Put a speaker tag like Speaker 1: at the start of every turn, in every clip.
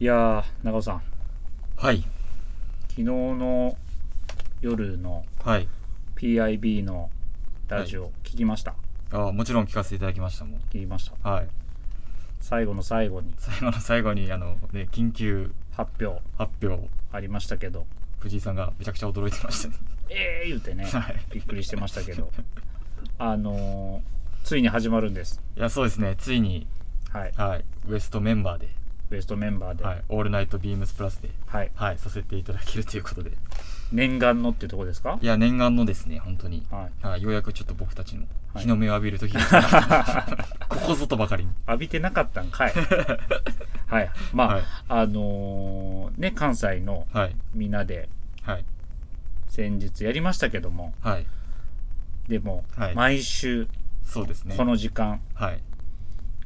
Speaker 1: いやー、長尾さん、
Speaker 2: はい
Speaker 1: 昨日の夜の
Speaker 2: はい
Speaker 1: PIB のラジオ、聞きました。
Speaker 2: あもちろん聞かせていただきましたもん
Speaker 1: 聞きました。
Speaker 2: はい
Speaker 1: 最後の最後に
Speaker 2: 最後の最後にあの、ね、緊急
Speaker 1: 発表
Speaker 2: 発表
Speaker 1: ありましたけど、
Speaker 2: 藤井さんがめちゃくちゃ驚いてましたね
Speaker 1: えー言うてね、
Speaker 2: はい
Speaker 1: びっくりしてましたけど、あのーついに始まるんです。
Speaker 2: いやそうですねついに、
Speaker 1: はい。
Speaker 2: はい、ウエストメンバーで、
Speaker 1: ベストメンバーで、
Speaker 2: は
Speaker 1: はい。
Speaker 2: い、オールナイトビームスプラスで、はい、させていただけるということで
Speaker 1: 念願のっていうとこですか
Speaker 2: いや念願のですね本当に、
Speaker 1: はい。
Speaker 2: はい、ようやくちょっと僕たちの
Speaker 1: はい
Speaker 2: 日の目を浴びる時が来 ました、ここぞとばかりに
Speaker 1: 浴びてなかったんかい。はい。 まあ、
Speaker 2: はい
Speaker 1: あのーね、関西の
Speaker 2: はい
Speaker 1: みんなで
Speaker 2: はい
Speaker 1: 先日やりましたけども、
Speaker 2: はい
Speaker 1: でも、
Speaker 2: はい
Speaker 1: 毎週
Speaker 2: そうですね
Speaker 1: この時間、
Speaker 2: はい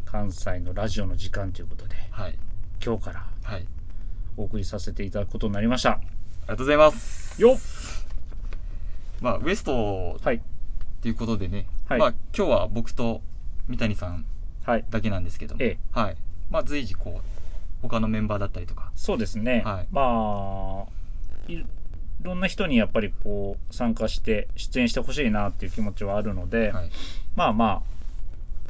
Speaker 1: 関西のラジオの時間ということで
Speaker 2: はい
Speaker 1: 今日から
Speaker 2: はいあり
Speaker 1: お送りさせていただくことになりました
Speaker 2: がとうございます
Speaker 1: よっ
Speaker 2: まあウエスト
Speaker 1: はい
Speaker 2: ということでね、
Speaker 1: はい
Speaker 2: まあ今日は僕と三谷さん
Speaker 1: はい
Speaker 2: だけなんですけども、
Speaker 1: ええ
Speaker 2: はいまあ、随時こう他のメンバーだったりとか、
Speaker 1: そうですね、
Speaker 2: はい
Speaker 1: まあいいろんな人にやっぱりこう参加して出演してほしいなっていう気持ちはあるので、
Speaker 2: はい
Speaker 1: まあまあ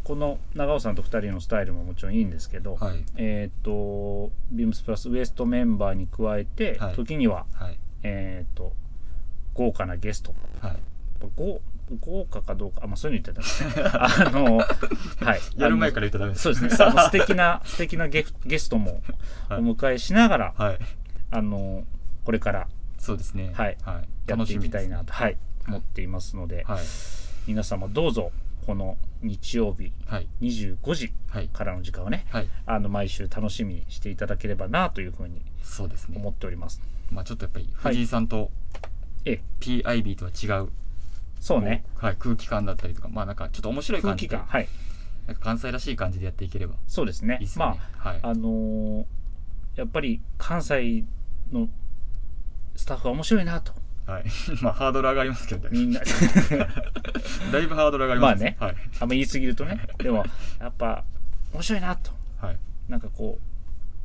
Speaker 1: この長尾さんと2人のスタイルももちろんいいんですけど、
Speaker 2: はい
Speaker 1: えっ、とビームスプラスウエストメンバーに加えて、
Speaker 2: はい
Speaker 1: 時には
Speaker 2: はい
Speaker 1: えっ、と豪華なゲスト
Speaker 2: はい、
Speaker 1: 豪豪華かどうかあ、まあ、そういうの言って たんですねあのはい
Speaker 2: やる前から
Speaker 1: ら
Speaker 2: 言ったらダメです
Speaker 1: そうですねさあの素敵な素敵なゲフゲストもお
Speaker 2: はい
Speaker 1: 迎えしながら、
Speaker 2: はい
Speaker 1: あのこれから
Speaker 2: そうですね
Speaker 1: はいや
Speaker 2: 楽
Speaker 1: って
Speaker 2: し
Speaker 1: い
Speaker 2: み
Speaker 1: き
Speaker 2: で
Speaker 1: た
Speaker 2: す
Speaker 1: いなと、はい、思っていますので、
Speaker 2: はい
Speaker 1: 皆様どうぞこの日曜日
Speaker 2: はい
Speaker 1: 25時
Speaker 2: はい
Speaker 1: からの時間をね
Speaker 2: はい
Speaker 1: あの毎週楽しみにしていただければなというふうに
Speaker 2: そうですね
Speaker 1: 思っております。
Speaker 2: まあちょっとやっぱり藤井さんと
Speaker 1: ええ
Speaker 2: PIB とは違う
Speaker 1: そうね
Speaker 2: こうはい、空気感だったりとかまあなんかちょっと面白い
Speaker 1: 空
Speaker 2: 感
Speaker 1: 気
Speaker 2: じで
Speaker 1: 感はい
Speaker 2: なんか関西らしい感じでやっていければ
Speaker 1: そうですね
Speaker 2: いいですよ
Speaker 1: ま
Speaker 2: ね、はい
Speaker 1: ああのーやっぱり関西のスタッフは面白いなと
Speaker 2: はい、 まあハードル上がりますけど
Speaker 1: み
Speaker 2: ね
Speaker 1: ん な
Speaker 2: だいぶハードル上がりま
Speaker 1: ま
Speaker 2: すね
Speaker 1: あんま言い過ぎるとねでもやっぱ面白いなと
Speaker 2: はいはい
Speaker 1: なんかこ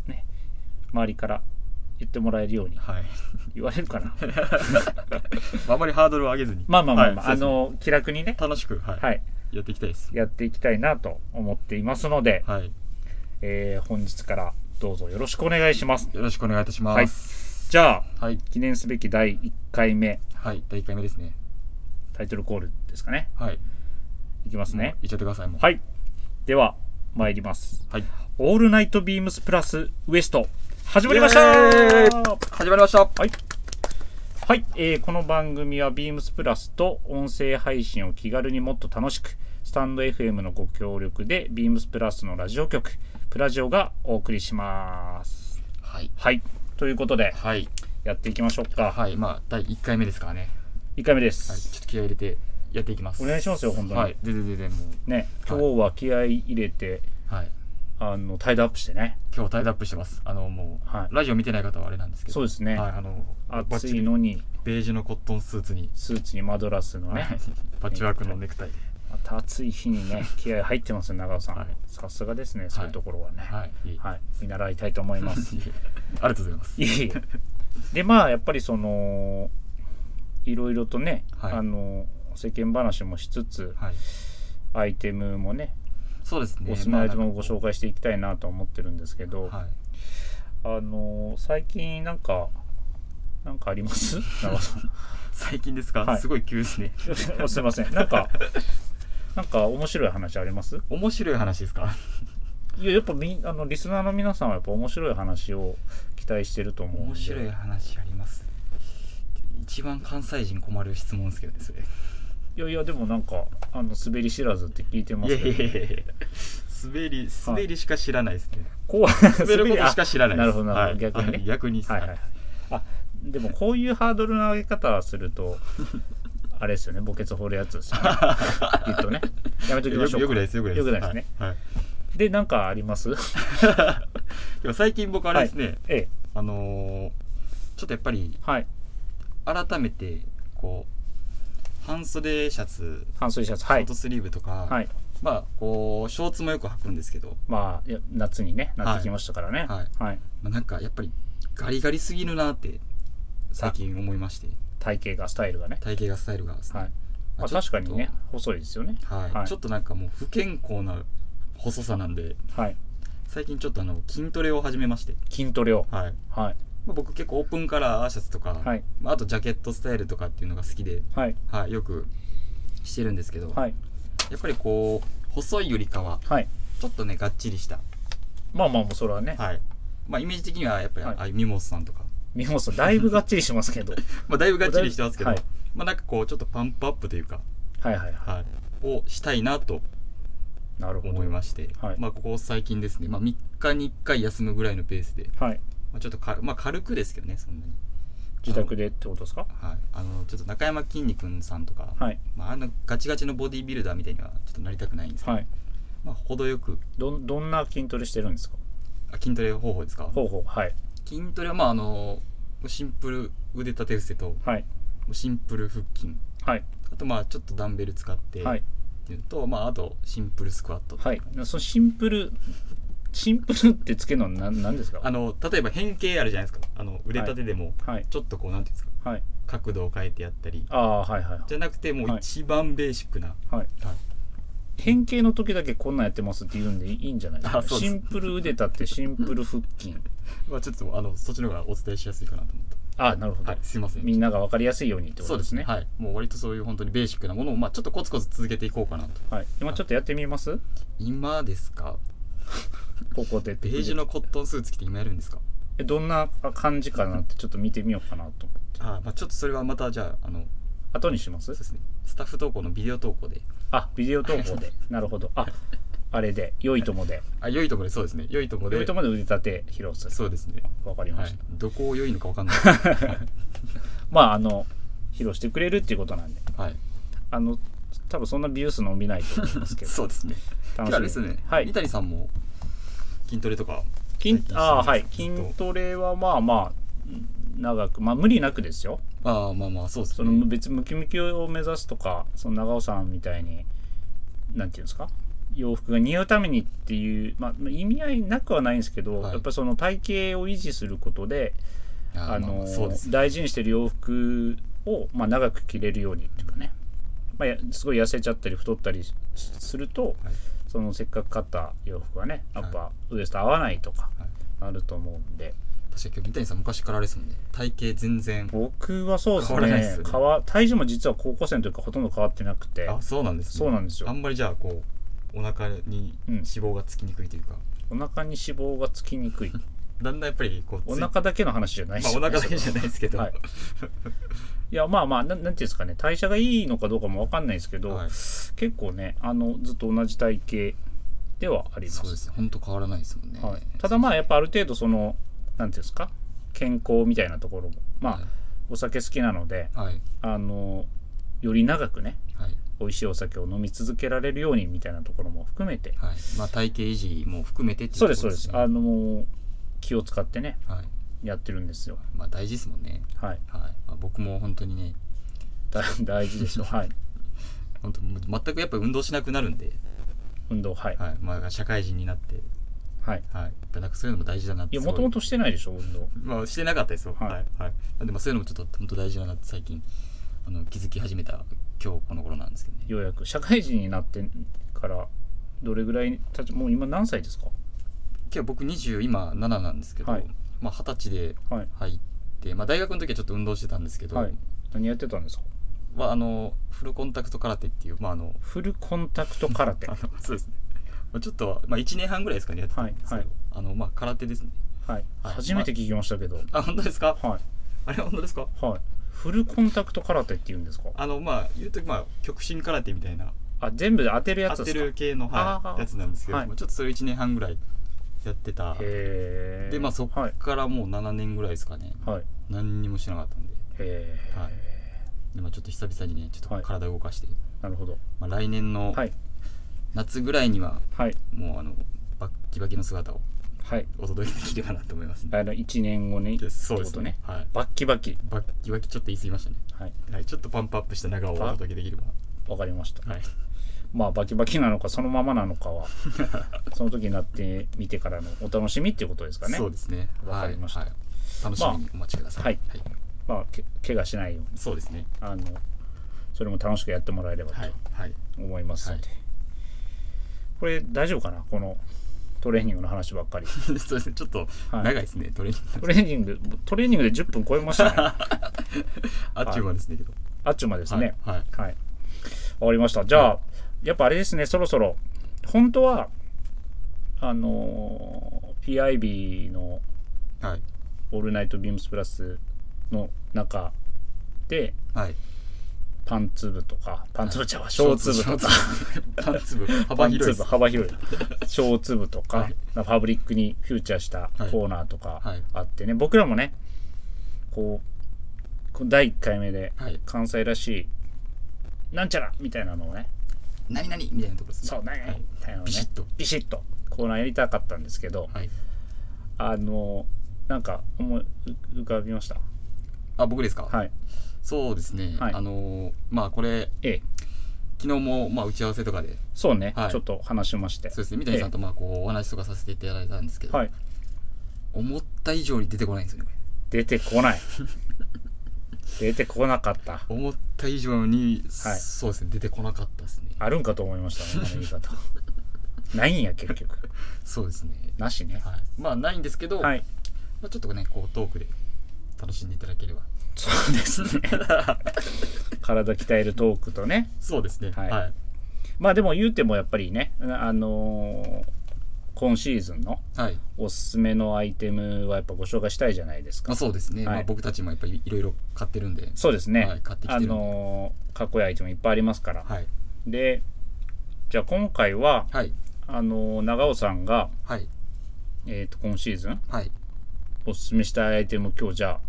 Speaker 1: うね周りから言ってもらえるように
Speaker 2: はい
Speaker 1: 言われるかな
Speaker 2: まああまりハードルを上げずに。
Speaker 1: まあまあまあ、まあ
Speaker 2: はい
Speaker 1: あ、の気楽にね
Speaker 2: そうですね楽しく、はい、
Speaker 1: はい
Speaker 2: やっていきたいです。
Speaker 1: やっていきたいなと思っていますので、
Speaker 2: はい。
Speaker 1: えー本日からどうぞよろしくお願いします
Speaker 2: よろしくお願いいたします。
Speaker 1: じゃあ
Speaker 2: はい。
Speaker 1: 記念すべき第1回目
Speaker 2: はい。第1回目ですね。
Speaker 1: タイトルコールですかね
Speaker 2: はい。
Speaker 1: いきますね
Speaker 2: いっちゃってください、もう。
Speaker 1: はいでは参ります
Speaker 2: はい。
Speaker 1: オールナイトビームスプラスウエスト始まりました
Speaker 2: イエー始まりました。
Speaker 1: はい。はい、えーこの番組はビームスプラスと音声配信を気軽にもっと楽しく、スタンド FM のご協力でビームスプラスのラジオ局、プラジオがお送りします。
Speaker 2: はい。
Speaker 1: はい、ということで
Speaker 2: はい。
Speaker 1: やっていきましょうか。
Speaker 2: はい。まあ、第1回目ですからね。
Speaker 1: 1回目で
Speaker 2: はい。ちょ
Speaker 1: す。
Speaker 2: っと気合い入れてやっていきます。
Speaker 1: お願いしますよ、本当に。
Speaker 2: はい。全然全然もう。
Speaker 1: ね、今日は気合い入れて、
Speaker 2: はい。
Speaker 1: あの、タイドアップしてね。
Speaker 2: 今日タイドアップしてます。あの、もう、
Speaker 1: はい
Speaker 2: ラジオ見てない方はあれなんですけど。
Speaker 1: そうですね
Speaker 2: はい。あの、バッ
Speaker 1: 暑
Speaker 2: チ
Speaker 1: い
Speaker 2: リ
Speaker 1: のに、
Speaker 2: ベージュのコットンスーツに、
Speaker 1: スーツにマドラスのね、
Speaker 2: パッチワークのネクタイで。
Speaker 1: また暑い日 にね、気合い入ってますよ、長尾さ
Speaker 2: はい
Speaker 1: ん。さすがですね、そういうところはね。
Speaker 2: はい。いい
Speaker 1: はい、見習いたいと思い ます。
Speaker 2: いえありがとうございます。
Speaker 1: いえいえでまあやっぱりそのいろいろとね、
Speaker 2: はい
Speaker 1: あの世間話もしつつ
Speaker 2: はい。
Speaker 1: アイテムもね
Speaker 2: そうですね。
Speaker 1: おすすめのアイテムを
Speaker 2: ま
Speaker 1: ご
Speaker 2: あなん
Speaker 1: 紹
Speaker 2: か
Speaker 1: 介していきたいなと思ってるんですけど、
Speaker 2: はい。
Speaker 1: あの最近なんかなんかあります長尾さん
Speaker 2: 最近ですか、
Speaker 1: はい
Speaker 2: すごい急ですね。
Speaker 1: あすいません なんかなんか面白い話あります
Speaker 2: 面白い話ですか
Speaker 1: いややっぱみあのリスナーの皆さんはやっぱ面白い話を期待してると思うんで
Speaker 2: 面白い話あります。一番関西人困る質問ですけどね、それ。
Speaker 1: いやいやでもなんかあの滑り知らずって聞いてま
Speaker 2: いや
Speaker 1: すけど
Speaker 2: いやいやいや滑り、滑りしか知らないですね。
Speaker 1: こう
Speaker 2: 滑ることしか知らない
Speaker 1: な
Speaker 2: で
Speaker 1: るほ
Speaker 2: す。
Speaker 1: ど、なるほど逆に
Speaker 2: はい
Speaker 1: ね。
Speaker 2: 逆に、
Speaker 1: はいはいはい。あでもこういうハードルの上げ方する と、あれですよね、墓穴掘るやつですよね。きっとね。やめときま
Speaker 2: よ
Speaker 1: しょ
Speaker 2: く
Speaker 1: う。
Speaker 2: よくないですよくないで
Speaker 1: よ
Speaker 2: す
Speaker 1: くないですね。
Speaker 2: はいはい
Speaker 1: で、なんかあります
Speaker 2: でも最近僕あれですね、
Speaker 1: ええ。
Speaker 2: あのーちょっとやっぱり
Speaker 1: はい。
Speaker 2: 改めてこう半袖シャツ
Speaker 1: 半袖シャツ。
Speaker 2: シ
Speaker 1: は
Speaker 2: ョー
Speaker 1: い
Speaker 2: ト。スリーブとか、
Speaker 1: はい。
Speaker 2: まあこうショーツもよく履くんですけど、
Speaker 1: まあいや夏にねなってきましたからね
Speaker 2: はい
Speaker 1: はい、
Speaker 2: まあ、なんかやっぱりガリガリすぎるなって最近思いまして
Speaker 1: 体型がスタイルがね
Speaker 2: 体型がスタイルがですね、
Speaker 1: はい、ま
Speaker 2: ま
Speaker 1: あ、
Speaker 2: あちょっ
Speaker 1: 確
Speaker 2: と
Speaker 1: かにね細いですよね
Speaker 2: はい
Speaker 1: はい
Speaker 2: ちょっとなんかもう不健康な細さなんで
Speaker 1: はい
Speaker 2: 最近ちょっとあの筋トレを始めまして、
Speaker 1: 筋トレを
Speaker 2: はい
Speaker 1: はい
Speaker 2: まあ、僕結構オープンカラーシャツとか、
Speaker 1: はい
Speaker 2: まあ、あとジャケットスタイルとかっていうのが好きで、
Speaker 1: はい
Speaker 2: はい、よくしてるんですけど、
Speaker 1: はい
Speaker 2: やっぱりこう細いよりかは
Speaker 1: はい
Speaker 2: ちょっとねがっちりした、
Speaker 1: まあまあもうそれはね、
Speaker 2: はいまあ、イメージ的にはやっぱり、
Speaker 1: はい
Speaker 2: ああいうミモスさんとか、
Speaker 1: ミ ホさんだいぶがっちりしてますけど
Speaker 2: まあ、だいぶがっちりしてますけど、
Speaker 1: はい
Speaker 2: まあ、なんかこうちょっとパンプアップというか、
Speaker 1: はいはいは
Speaker 2: はい、をしたいなと
Speaker 1: いなるほど
Speaker 2: 思いまして、
Speaker 1: はい
Speaker 2: まあ、ここ最近ですね、まあ、3日に1回休むぐらいのペースで、
Speaker 1: はい
Speaker 2: まあ、ちょっとか、まあ、軽くですけどねそんなに、
Speaker 1: 自宅でってことですか
Speaker 2: はい、あのちょっと中山きんに君さんとか、
Speaker 1: はい
Speaker 2: まあ、あのガチガチのボディビルダーみたいにはちょっとなりたくないんですけど、
Speaker 1: はい
Speaker 2: まあ、程よく
Speaker 1: どんどんな筋トレしてるんですか
Speaker 2: あ筋トレ方法ですか
Speaker 1: 方法はい
Speaker 2: 筋トレはまああのシンプル腕立て伏せと
Speaker 1: はい
Speaker 2: シンプル腹筋
Speaker 1: はい
Speaker 2: あとまあちょっとダンベル使って
Speaker 1: はい
Speaker 2: っていうのと、まあ、あとシンプルスクワットとか
Speaker 1: はいそのシンプルシンプルってつけるのは何何ですか
Speaker 2: あの例えば変形あるじゃないですかあの腕立てでも
Speaker 1: はい
Speaker 2: ちょっとこうなんていうんですか
Speaker 1: はい
Speaker 2: 角度を変えてやったり
Speaker 1: ああはいはい
Speaker 2: じゃなくても
Speaker 1: は
Speaker 2: う
Speaker 1: い
Speaker 2: 一番ベーシックな、
Speaker 1: はい
Speaker 2: はい
Speaker 1: 変形の時だけこんなんやってますって言うんでいいんじゃないですか
Speaker 2: あそうで
Speaker 1: シ
Speaker 2: す
Speaker 1: ンプル腕立てシンプル腹筋
Speaker 2: まあ、ちょっとあのそっちの方がお伝えしやすいかなと思って
Speaker 1: ああなるほど、
Speaker 2: はいすいません
Speaker 1: みんなが分かりやすいようにってこ
Speaker 2: そ
Speaker 1: と
Speaker 2: う
Speaker 1: で
Speaker 2: ですすね
Speaker 1: ね
Speaker 2: はいもう割とそういう本当にベーシックなものを、まあ、ちょっとコツコツ続けていこうかなと
Speaker 1: はい、今ちょっとやってみます
Speaker 2: 今ですか
Speaker 1: ここで
Speaker 2: ベージュのコットンスーツ着て今やるんですか
Speaker 1: えどんな感じかなってちょっと見てみようかなと思って
Speaker 2: あ、まあ、ちょっとそれはまたじゃああの
Speaker 1: 後にしま
Speaker 2: そう
Speaker 1: す
Speaker 2: ですねスタッフ投稿のビデオ投稿で
Speaker 1: あビデオ投稿でなるほ どああれで良いともで
Speaker 2: あ良いとこでそうですね良いとこで
Speaker 1: 良いともで腕立て披露する
Speaker 2: そうですね
Speaker 1: わかりま
Speaker 2: は
Speaker 1: し
Speaker 2: い
Speaker 1: た、
Speaker 2: どこを良いのかわかんない
Speaker 1: まああの披露してくれるっていうことなんで
Speaker 2: はい
Speaker 1: あの多分そんなビュー数伸びないと思いますけど
Speaker 2: そうですね 今日あれですね、
Speaker 1: はい
Speaker 2: 三谷さんも筋トレとか
Speaker 1: 筋あーはい
Speaker 2: ず
Speaker 1: 筋
Speaker 2: っと
Speaker 1: トレはまあまあ長くまあ無理なくですよ
Speaker 2: ああまあまあそうです
Speaker 1: そ
Speaker 2: ね
Speaker 1: の別にムキムキを目指すとかその長尾さんみたいになんていうんですか洋服が似合うためにっていう、まあ、まあ意味合いなくはないんですけど、
Speaker 2: はい
Speaker 1: やっぱりその体型を維持することで、
Speaker 2: あー
Speaker 1: あ
Speaker 2: まあま
Speaker 1: の
Speaker 2: あそうですね
Speaker 1: 大事にしてる洋服を、まあ、長く着れるようにっていうかね、まあ、やすごい痩せちゃったり太ったりしすると、
Speaker 2: はい
Speaker 1: そのせっかく買った洋服がねやっぱ
Speaker 2: は
Speaker 1: ウエスト合わないとか
Speaker 2: はい
Speaker 1: あると思うんで、
Speaker 2: 確かに今日三谷さん昔からあれですもんね体型全然
Speaker 1: 僕はそうです
Speaker 2: 変わらないです
Speaker 1: ね
Speaker 2: よね
Speaker 1: 変わ体重も実は高校生の時からほとんど変わってなくて
Speaker 2: あそうなんですね
Speaker 1: そうなんですよ
Speaker 2: あんまりじゃあこうお腹に
Speaker 1: うん
Speaker 2: 脂肪がつきにくいというか、
Speaker 1: お腹に脂肪がつきにく い
Speaker 2: だんだんやっぱりこう
Speaker 1: お
Speaker 2: つい
Speaker 1: 腹だけの話じゃない
Speaker 2: まあ、お腹だけじゃない
Speaker 1: い
Speaker 2: ですけど、
Speaker 1: はいいやまあまあなんなんていうんですかね代謝がいいのかどうかもわかんないですけど、
Speaker 2: はい
Speaker 1: 結構ねあのずっと同じ体型ではあります
Speaker 2: そうですね本当変わらないですもんね、
Speaker 1: はい、ただまあやっぱある程度そのなんていうんですか健康みたいなところもまあ、お酒好きなので
Speaker 2: はいはい、
Speaker 1: あのより長くね
Speaker 2: はい
Speaker 1: 美味しいお酒を飲み続けられるようにみたいなところも含めて
Speaker 2: はいまあ、体型維持も含めてってい
Speaker 1: そう
Speaker 2: とこ
Speaker 1: で
Speaker 2: ろ
Speaker 1: すそうです、
Speaker 2: ね
Speaker 1: あの気を使ってね
Speaker 2: はい
Speaker 1: やってるんですよ
Speaker 2: まあ、大事ですもんね、
Speaker 1: はい
Speaker 2: はいまあ、僕も本当にね
Speaker 1: だ大事ですよはい
Speaker 2: 本当全くやっぱり運動しなくなるんで、
Speaker 1: 運動はい
Speaker 2: はいまあ、社会人になって、
Speaker 1: はい
Speaker 2: はい、やっぱなんかそういうのも大事だなっ
Speaker 1: い
Speaker 2: て
Speaker 1: や
Speaker 2: すご
Speaker 1: も
Speaker 2: い
Speaker 1: ともとしてないでしょ運動
Speaker 2: まあ、してなかったですよ、
Speaker 1: はい
Speaker 2: はいはい、なんでまあそういうのもちょっと本当大事だなって最近あの気づき始めた今日この頃なんですけどね
Speaker 1: ようやく社会人になってからどれぐらいたちもう今何歳ですか
Speaker 2: 今日僕20今7なんですけど、
Speaker 1: はい
Speaker 2: まあ、20歳で
Speaker 1: はい
Speaker 2: 入って、まあ、大学の時はちょっと運動してたんですけど、
Speaker 1: はい何やってたんですか
Speaker 2: まあ、あのフルコンタクト空手っていう、まあ、あの
Speaker 1: フルコンタクト空手
Speaker 2: あのそうですね、まあ、ちょっと、まあ、1年半ぐらいですかねやってたんですけど、
Speaker 1: はいはい
Speaker 2: あのまあ、空手ですね
Speaker 1: はい、
Speaker 2: はい
Speaker 1: 初めて聞きましたけど、
Speaker 2: あ本当ですか
Speaker 1: は
Speaker 2: あれ本当ですか
Speaker 1: い、はい、フルコンタクト空手って言うんですか
Speaker 2: あのまあ言うとまあ極真空手みたいな
Speaker 1: あ全部で当てるやつ
Speaker 2: 当
Speaker 1: で
Speaker 2: て
Speaker 1: すか
Speaker 2: る系の、
Speaker 1: あ
Speaker 2: は
Speaker 1: ー
Speaker 2: い、やつなんですけど、
Speaker 1: はい
Speaker 2: まあちょっとそれ1年半ぐらいやってた
Speaker 1: へえ
Speaker 2: でまあそ
Speaker 1: は
Speaker 2: こ
Speaker 1: い、
Speaker 2: からもう7年ぐらいですかね
Speaker 1: はい、へ
Speaker 2: 何にもしてなかったんで,、
Speaker 1: え
Speaker 2: はいでまあ、ちょっと久々にねちょ
Speaker 1: は
Speaker 2: っ
Speaker 1: い
Speaker 2: と体動かして、
Speaker 1: なるほど
Speaker 2: まあ、来年の
Speaker 1: はい
Speaker 2: 夏ぐらいには
Speaker 1: はい
Speaker 2: もうあのバッキバキの姿を
Speaker 1: はい
Speaker 2: お届けできるかなと思いますね、
Speaker 1: あの1年後に
Speaker 2: でそうですね
Speaker 1: って
Speaker 2: はい、
Speaker 1: バッキバキ
Speaker 2: バッキバキちょっと言い過ぎましたね、
Speaker 1: はい
Speaker 2: はい、ちょっとパンプアップした長尾をお届けできれば
Speaker 1: わかりました
Speaker 2: はい
Speaker 1: まあバキバキなのかそのままなのか はその時になってみてからのお楽しみっていうことですかね
Speaker 2: そうですね
Speaker 1: わかりました
Speaker 2: はいはい楽しみにお待ちください、
Speaker 1: はいまあけ怪我しないように
Speaker 2: そうですね
Speaker 1: あのそれも楽しくやってもらえればと
Speaker 2: はいはい
Speaker 1: 思いますので、
Speaker 2: は
Speaker 1: これ大丈夫かなこのトレーニングの話ばっかり
Speaker 2: そうですねちょっと
Speaker 1: はい
Speaker 2: 長いですね、トレーニン
Speaker 1: トレー
Speaker 2: グ
Speaker 1: ニングトレーニングで10分超えました ね
Speaker 2: あっちゅう間ですねけど
Speaker 1: あっちゅうまでですね
Speaker 2: はい、はい
Speaker 1: はい、わかりましたじゃあ、
Speaker 2: は
Speaker 1: やっぱあれですねそろそろ本当はあのー PIB の
Speaker 2: はい
Speaker 1: 「オールナイトビームスプラス」の中で
Speaker 2: はい、
Speaker 1: パンツ部とかパンツ部ちゃう わ小粒とか
Speaker 2: 小粒パン粒
Speaker 1: パ
Speaker 2: 幅
Speaker 1: ン
Speaker 2: 広い
Speaker 1: ツ
Speaker 2: です
Speaker 1: 部幅広い 小粒とか、
Speaker 2: はい
Speaker 1: ファブリックにフューチャーしたコーナーとか
Speaker 2: はいはい
Speaker 1: あってね、僕らもねこうこう第1回目で
Speaker 2: はい
Speaker 1: 関西らしいなんちゃらみたいなのをね
Speaker 2: 何々みたいなところですね
Speaker 1: そうね、
Speaker 2: はい
Speaker 1: みたいなのね
Speaker 2: ビシッと
Speaker 1: ビシッとコーナーやりたかったんですけど
Speaker 2: はい
Speaker 1: あのなんか思いう浮かびました
Speaker 2: あ僕ですか、
Speaker 1: はい
Speaker 2: そうですね、
Speaker 1: はい
Speaker 2: あのーまあこれ
Speaker 1: ええ
Speaker 2: 昨日もまあ打ち合わせとかで
Speaker 1: そうね、
Speaker 2: はい
Speaker 1: ちょっと話しまして
Speaker 2: そうですね三谷さんとまあこうお話とかさせていただいたんですけど、
Speaker 1: はい
Speaker 2: 思った以上に出てこないんですよねこ
Speaker 1: 出てこ ない出てこなかった
Speaker 2: れ思った以上に、
Speaker 1: はい
Speaker 2: そうですね出てこなかったですね
Speaker 1: あるんかと思いましたね今の 言い方ないんや結局
Speaker 2: そうですね
Speaker 1: なしね
Speaker 2: はいまあないんですけど、
Speaker 1: はい
Speaker 2: まあ、ちょっとねこうトークで楽しんでいただけれ ば
Speaker 1: そうですね体鍛えるトークとね
Speaker 2: そうですね
Speaker 1: は
Speaker 2: はいい、
Speaker 1: まあでも言うてもやっぱりねあのー今シーズンの
Speaker 2: はい
Speaker 1: おすすめのアイテムはやっぱご紹介したいじゃないですか
Speaker 2: まあ、そうですね、
Speaker 1: はい
Speaker 2: まあ、僕たちもやっぱりいろいろ買ってるんで
Speaker 1: そうですね、
Speaker 2: はい買ってきて
Speaker 1: あ
Speaker 2: るんで
Speaker 1: のーかっこいいアイテムいっぱいありますから、
Speaker 2: はい
Speaker 1: でじゃあ今回は
Speaker 2: はい
Speaker 1: あのー長尾さんが、
Speaker 2: はい
Speaker 1: えー、と今シーズン
Speaker 2: はい
Speaker 1: おすすめしたいアイテムを今日じゃあ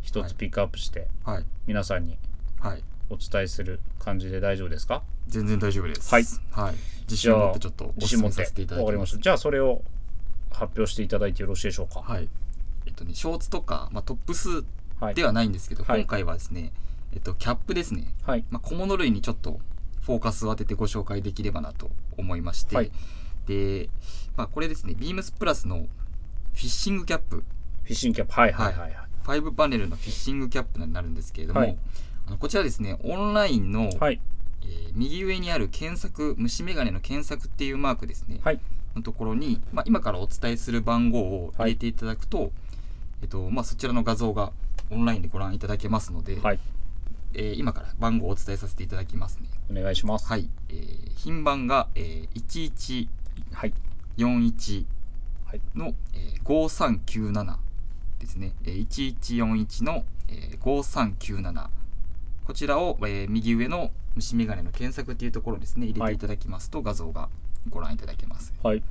Speaker 1: 一
Speaker 2: は
Speaker 1: つ
Speaker 2: い
Speaker 1: ピックアップして
Speaker 2: はい
Speaker 1: 皆さんに
Speaker 2: はい
Speaker 1: お伝えする感じで大丈夫ですか
Speaker 2: 全然大丈夫です
Speaker 1: はい、
Speaker 2: はい、
Speaker 1: じ
Speaker 2: 自信
Speaker 1: ゃ
Speaker 2: を持
Speaker 1: あ
Speaker 2: ってちょっとお
Speaker 1: 自
Speaker 2: 勧
Speaker 1: 信持
Speaker 2: め
Speaker 1: っ
Speaker 2: さ
Speaker 1: て
Speaker 2: せていただ
Speaker 1: わ
Speaker 2: き
Speaker 1: かり
Speaker 2: ま
Speaker 1: まし
Speaker 2: す
Speaker 1: たじゃあそれを発表していただいてよろしいでしょうか
Speaker 2: はいえっとねショーツとか、まあ、トップス
Speaker 1: はい
Speaker 2: ではないんですけど、
Speaker 1: はい
Speaker 2: 今回はですねえっとキャップですね、
Speaker 1: はい
Speaker 2: まあ、小物類にちょっとフォーカスを当ててご紹介できればなと思いまして、
Speaker 1: はい
Speaker 2: で、まあ、これですねビームスプラスのフィッシングキャップ
Speaker 1: フィッシングキャップはいはいはいはい
Speaker 2: 5パネルのフィッシングキャップになるんですけれども、
Speaker 1: はい
Speaker 2: あのこちらですねオンラインの、
Speaker 1: はい
Speaker 2: えー右上にある検索虫眼鏡の検索っていうマークですね、
Speaker 1: はい
Speaker 2: のところに、まあ、今からお伝えする番号を入れていただくと、えっとまあ、そちらの画像がオンラインでご覧いただけますので、
Speaker 1: はい
Speaker 2: えー今から番号をお伝えさせていただきますね
Speaker 1: お願いします
Speaker 2: はい、えー品番が、えー、
Speaker 1: はい
Speaker 2: 1141
Speaker 1: はい
Speaker 2: の、えー5397ですね、えー1141の、えー5397こちらを、えー右上の虫眼鏡の検索っていうところですね入れていただきますと、画像がご覧いただけます
Speaker 1: はい。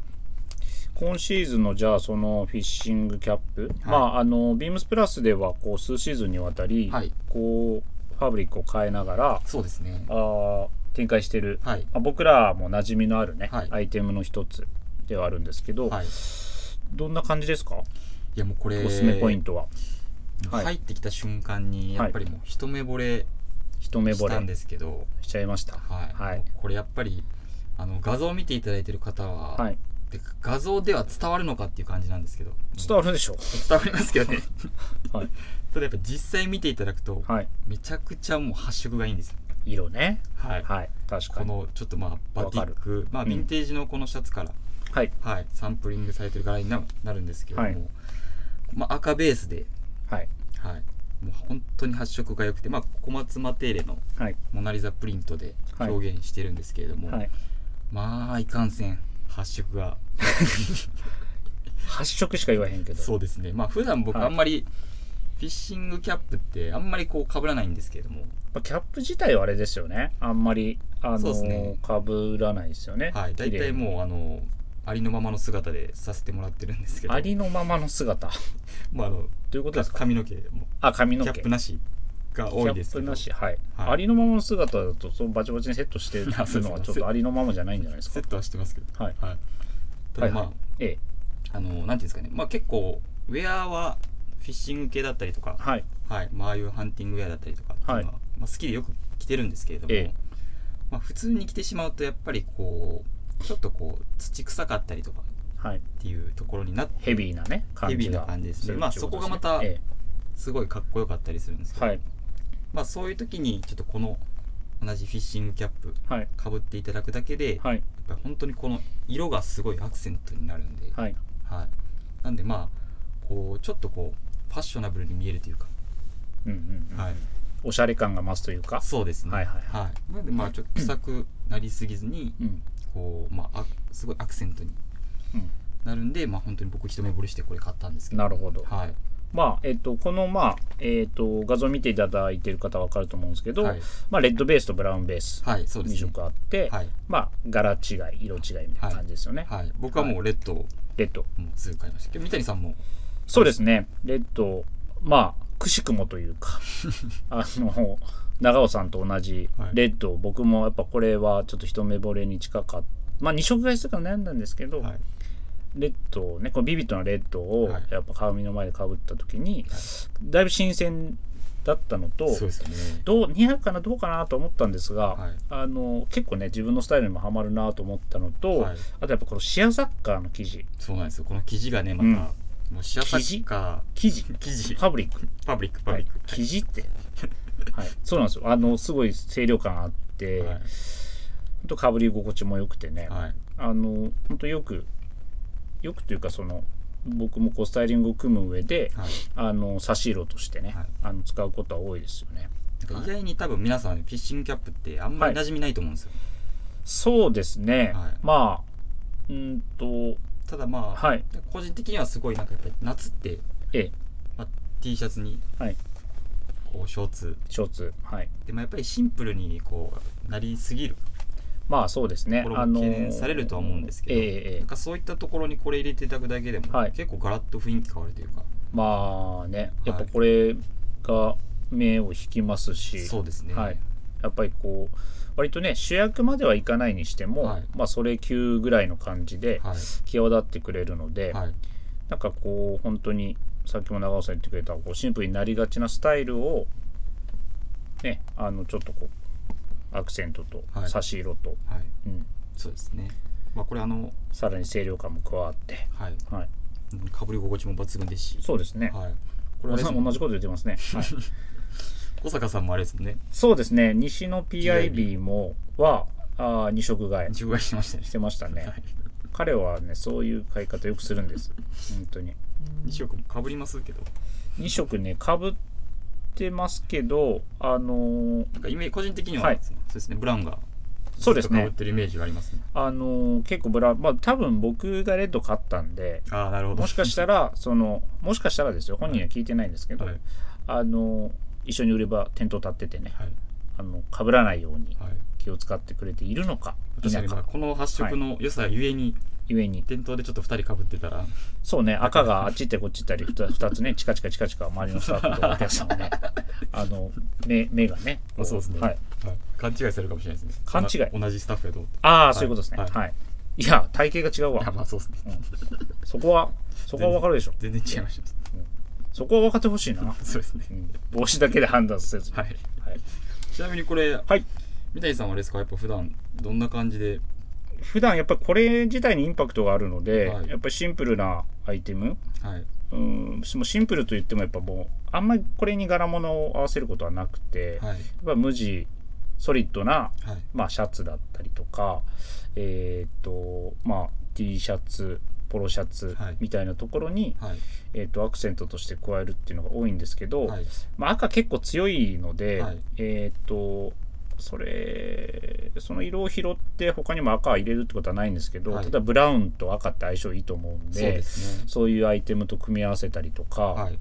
Speaker 1: 今シーズンのじゃあそのフィッシングキャップ、まああのビームスプラスではこう数シーズンにわたり、
Speaker 2: はい
Speaker 1: こうファブリックを変えながら
Speaker 2: そうですね
Speaker 1: あー展開してる、
Speaker 2: はい
Speaker 1: まあ、僕らも馴染みのあるね、
Speaker 2: はい
Speaker 1: アイテムの一つではあるんですけど、
Speaker 2: はいい
Speaker 1: どんな感じですか、
Speaker 2: やもうこれ
Speaker 1: おすすめポイントははい
Speaker 2: 入ってきた瞬間にやっぱりもう一目惚れ
Speaker 1: 一目
Speaker 2: し
Speaker 1: 惚
Speaker 2: たんで
Speaker 1: れ
Speaker 2: すけど、
Speaker 1: しちゃいました
Speaker 2: はい、
Speaker 1: はい
Speaker 2: もうこれやっぱりあの画像を見ていただいてる方は、
Speaker 1: はい
Speaker 2: で画像では伝わるのかっていう感じなんですけど
Speaker 1: 伝わるでしょ
Speaker 2: 伝わりますけどね
Speaker 1: うはい、
Speaker 2: ただやっぱ実際見ていただくと
Speaker 1: はい、
Speaker 2: めちゃくちゃもう発色がいいんですよ
Speaker 1: 色ね
Speaker 2: はい、
Speaker 1: はい確か
Speaker 2: こ
Speaker 1: に
Speaker 2: のちょっとまあバティックまあ
Speaker 1: うん
Speaker 2: ヴィンテージのこのシャツから、
Speaker 1: はい
Speaker 2: はい、サンプリングされてる柄にななるんですけれども、
Speaker 1: はい
Speaker 2: まあ、赤ベースで、
Speaker 1: はい
Speaker 2: はい、もう本当に発色が良くて、まあ、小松マテーレの
Speaker 1: はい
Speaker 2: モナ・リザプリントで
Speaker 1: はい
Speaker 2: 表現してるんですけれども、
Speaker 1: はい
Speaker 2: まあいかんせん発色が
Speaker 1: 発色しか言わへんけど
Speaker 2: そうですねまあ普段僕
Speaker 1: はい
Speaker 2: あんまりフィッシングキャップってあんまりこう被らないんですけれども
Speaker 1: まあキャップ自体はあれですよね。あんまり、あ
Speaker 2: そ
Speaker 1: の
Speaker 2: うですね
Speaker 1: かぶらないですよね。
Speaker 2: はい大体
Speaker 1: う。
Speaker 2: もうあのありのままの姿でさせてもらってるんですけど
Speaker 1: ありのままの姿。ど
Speaker 2: まああの
Speaker 1: ういうことですか
Speaker 2: 髪の毛も
Speaker 1: あ、髪
Speaker 2: キ
Speaker 1: の
Speaker 2: ャ
Speaker 1: 毛。
Speaker 2: ップなしが多いですけど
Speaker 1: キャップなし。はい。
Speaker 2: はい
Speaker 1: ありのままの姿だと、そのバチバチにセットしてるのは
Speaker 2: そうそう
Speaker 1: ちょっとありのままじゃないんじゃないです
Speaker 2: セ
Speaker 1: か
Speaker 2: ッ。トはしてますけど
Speaker 1: はい。
Speaker 2: はいただまあ、
Speaker 1: はいええ。
Speaker 2: あのなんていうんですかねまあ結構ウェアはフィッシング系だったりとか
Speaker 1: はい。
Speaker 2: はいまあ、ああいうハンティングウェアだったりとかっていうのは、
Speaker 1: はい
Speaker 2: まあ、好きでよく着てるんですけれども、
Speaker 1: ええ
Speaker 2: まあ、普通に来てしまうとやっぱりこうちょっとこう土臭かったりとか
Speaker 1: はい、
Speaker 2: っていうところになって
Speaker 1: ヘビーなね感じが
Speaker 2: ヘビーな感じですね
Speaker 1: る
Speaker 2: まあ
Speaker 1: ってこと
Speaker 2: そこがまた
Speaker 1: え
Speaker 2: すごいかっこよかったりするんですけ
Speaker 1: え
Speaker 2: ど、
Speaker 1: はい
Speaker 2: まあ、そういう時にちょっとこの同じフィッシングキャップ
Speaker 1: はい
Speaker 2: かぶっていただくだけで、やっ
Speaker 1: はい
Speaker 2: ぱり本当にこの色がすごいアクセントになるんで、
Speaker 1: はい
Speaker 2: はい、なんでまあこうちょっとこうファッショナブルに見えるというか、
Speaker 1: うんうんうん
Speaker 2: はい、
Speaker 1: おしゃれ感が増すというか
Speaker 2: そうですね
Speaker 1: はいはい
Speaker 2: はい、なんでまあちょっと臭くなりすぎずに
Speaker 1: うん
Speaker 2: こう、まあ、あすごいアクセントに
Speaker 1: うん
Speaker 2: なるんで、まあ本当に僕一目惚れしてこれ買ったんですけど
Speaker 1: なるほど
Speaker 2: はい
Speaker 1: まあえっとこのまあえっと画像見ていただいてる方わかると思うんですけど、
Speaker 2: はい、
Speaker 1: まあレッドベースとブラウンベース
Speaker 2: はい、そうで
Speaker 1: 2
Speaker 2: すね
Speaker 1: 色あって、
Speaker 2: はい、
Speaker 1: まあ柄違い色違いみたいな感じですよね、
Speaker 2: はい、僕はもうレッドをも
Speaker 1: レッド
Speaker 2: うすぐ買いましたけど三谷さんも
Speaker 1: そうですねレッドまあくしくもという かあの長尾さんと同じ
Speaker 2: はい
Speaker 1: レッド、僕もやっぱこれはちょっと一目惚れに近かったまあ2色買いするから悩んだんですけど、
Speaker 2: はい
Speaker 1: レッドをねこのビビットなレッドを
Speaker 2: はい
Speaker 1: やっぱ鏡の前でかぶった時に、
Speaker 2: はい
Speaker 1: だいぶ新鮮だったのと
Speaker 2: そうですよね
Speaker 1: どう似合うかなどうかなと思ったんですが、
Speaker 2: はい
Speaker 1: あの結構ね自分のスタイルにもハマるなと思ったのと、
Speaker 2: はい
Speaker 1: あとやっぱこのシアサッカーの生地
Speaker 2: そうなんですよこの生地がねまた、
Speaker 1: うん
Speaker 2: もうシアサッカ
Speaker 1: 生 地
Speaker 2: ー生地
Speaker 1: パブリック
Speaker 2: パブリックパブ
Speaker 1: は
Speaker 2: リ
Speaker 1: い
Speaker 2: ック、、
Speaker 1: 生地って、 はい、そうなんですよあのすごい清涼感あって、
Speaker 2: はい
Speaker 1: ほんとかぶり心地も良くてね、
Speaker 2: はい
Speaker 1: あの本当よくよくというかその僕もこうスタイリングを組む上で
Speaker 2: はい
Speaker 1: あの差し色としてね、
Speaker 2: はい
Speaker 1: あの使うことは多いですよね。
Speaker 2: なんか意外に多分皆さんフィッシングキャップってあんまり馴染みないと思うんですよ、
Speaker 1: そうですね、
Speaker 2: はい
Speaker 1: まあうーんと
Speaker 2: ただまあ、
Speaker 1: はい
Speaker 2: 個人的にはすごいなんかやっぱり夏って、
Speaker 1: ええ
Speaker 2: まあ、T シャツに
Speaker 1: はい
Speaker 2: こうショーツ
Speaker 1: ショーツはい
Speaker 2: でもやっぱりシンプルにこうなりすぎる
Speaker 1: まあそうですね
Speaker 2: ところも懸念されるとは思うんですけど
Speaker 1: あのーええええ
Speaker 2: なんかそういったところにこれ入れていただくだけでも、
Speaker 1: はい
Speaker 2: 結構ガラッと雰囲気変わるというか
Speaker 1: まあねやっぱ
Speaker 2: はい
Speaker 1: これが目を引きますし、
Speaker 2: そうですね
Speaker 1: はいやっぱりこう割とね主役まではいかないにしても、
Speaker 2: はい
Speaker 1: まあそれ級ぐらいの感じで
Speaker 2: はい
Speaker 1: 際立ってくれるので、
Speaker 2: はい
Speaker 1: なんかこう本当にさっきも長尾さん言ってくれたこうシンプルになりがちなスタイルをねあのちょっとこうアクセントと
Speaker 2: はい
Speaker 1: 差し色と、
Speaker 2: はい
Speaker 1: うん、
Speaker 2: そうですねまあこれあの
Speaker 1: さらに清涼感も加わって、
Speaker 2: はい
Speaker 1: はい、
Speaker 2: かぶり心地も抜群ですし
Speaker 1: そうですね、
Speaker 2: はいこれ
Speaker 1: 小坂
Speaker 2: あれです
Speaker 1: さ
Speaker 2: も
Speaker 1: ん
Speaker 2: ん
Speaker 1: 同じこと言ってますね、はい、
Speaker 2: 小坂さんもあれですもんね
Speaker 1: そうですね西の PIB もはあー二色買い
Speaker 2: 紹介してましたね
Speaker 1: してましたね、
Speaker 2: はい
Speaker 1: 彼はねそういう買い方よくするんです本当に
Speaker 2: 西尾君もかぶりますけど
Speaker 1: 2色ねかぶってますけどあのー
Speaker 2: なんかイメージ個人的には、
Speaker 1: はい
Speaker 2: そうですねブラウンが
Speaker 1: そうです
Speaker 2: かぶ
Speaker 1: ね
Speaker 2: ってるイメージがありますね
Speaker 1: あのー結構ブラまあ多分僕がレッド買ったんで
Speaker 2: ああなるほど
Speaker 1: もしかしたらそのもしかしたらですよ本人は聞いてないんですけど、
Speaker 2: はい
Speaker 1: あのー一緒に売れば店頭立っててね
Speaker 2: はい
Speaker 1: あの被らないように
Speaker 2: はい
Speaker 1: 気を使ってくれているのか否
Speaker 2: 確かにまあ
Speaker 1: か
Speaker 2: この発色の良さゆえに、
Speaker 1: ゆえに
Speaker 2: 店頭でちょっと2人かぶってたら
Speaker 1: そうね、赤があっち行ってこっち行ったり、ふた二つね、チカチカチカチカ、周りのスタッフとお客さんもね、あの、目、目がね。こ
Speaker 2: あそうですね、
Speaker 1: はい。
Speaker 2: はい勘違いされるかもしれないですね
Speaker 1: 勘違い
Speaker 2: 同じ同じスタッフやと思って
Speaker 1: ああ、そういうことですね。は。
Speaker 2: はいい
Speaker 1: い、や、体型が違う
Speaker 2: あ
Speaker 1: わ。
Speaker 2: まあそうですね
Speaker 1: そこは、そこは分かるでしょ。
Speaker 2: 全然違いました
Speaker 1: そこは分かってほしいな。
Speaker 2: そうですね
Speaker 1: うん帽子だけで判断せずに。
Speaker 2: は
Speaker 1: はい。
Speaker 2: いちなみにこれ、
Speaker 1: はい
Speaker 2: 三谷さんはあれですかやっぱ普段どんな感じで
Speaker 1: 普段やっぱりこれ自体にインパクトがあるので、
Speaker 2: はい
Speaker 1: やっぱりシンプルなアイテム。
Speaker 2: はい
Speaker 1: うん、しもうシンプルと言ってもやっぱもう、あんまりこれに柄物を合わせることはなくて、やっ
Speaker 2: はい
Speaker 1: ぱ無地、ソリッドな
Speaker 2: はい
Speaker 1: まあ、シャツだったりとか、えーっとまあ、T シャツポロシャツ
Speaker 2: はい
Speaker 1: みたいなところに、
Speaker 2: はい
Speaker 1: えーっとアクセントとして加えるっていうのが多いんですけど、
Speaker 2: はい
Speaker 1: まあ、赤結構強いので、
Speaker 2: はい
Speaker 1: えーっとそれその色を拾って他にも赤入れるってことはないんですけど、
Speaker 2: はい
Speaker 1: ただブラウンと赤って相性いいと思うん
Speaker 2: そ
Speaker 1: で
Speaker 2: うですね
Speaker 1: そういうアイテムと組み合わせたりとか、
Speaker 2: はい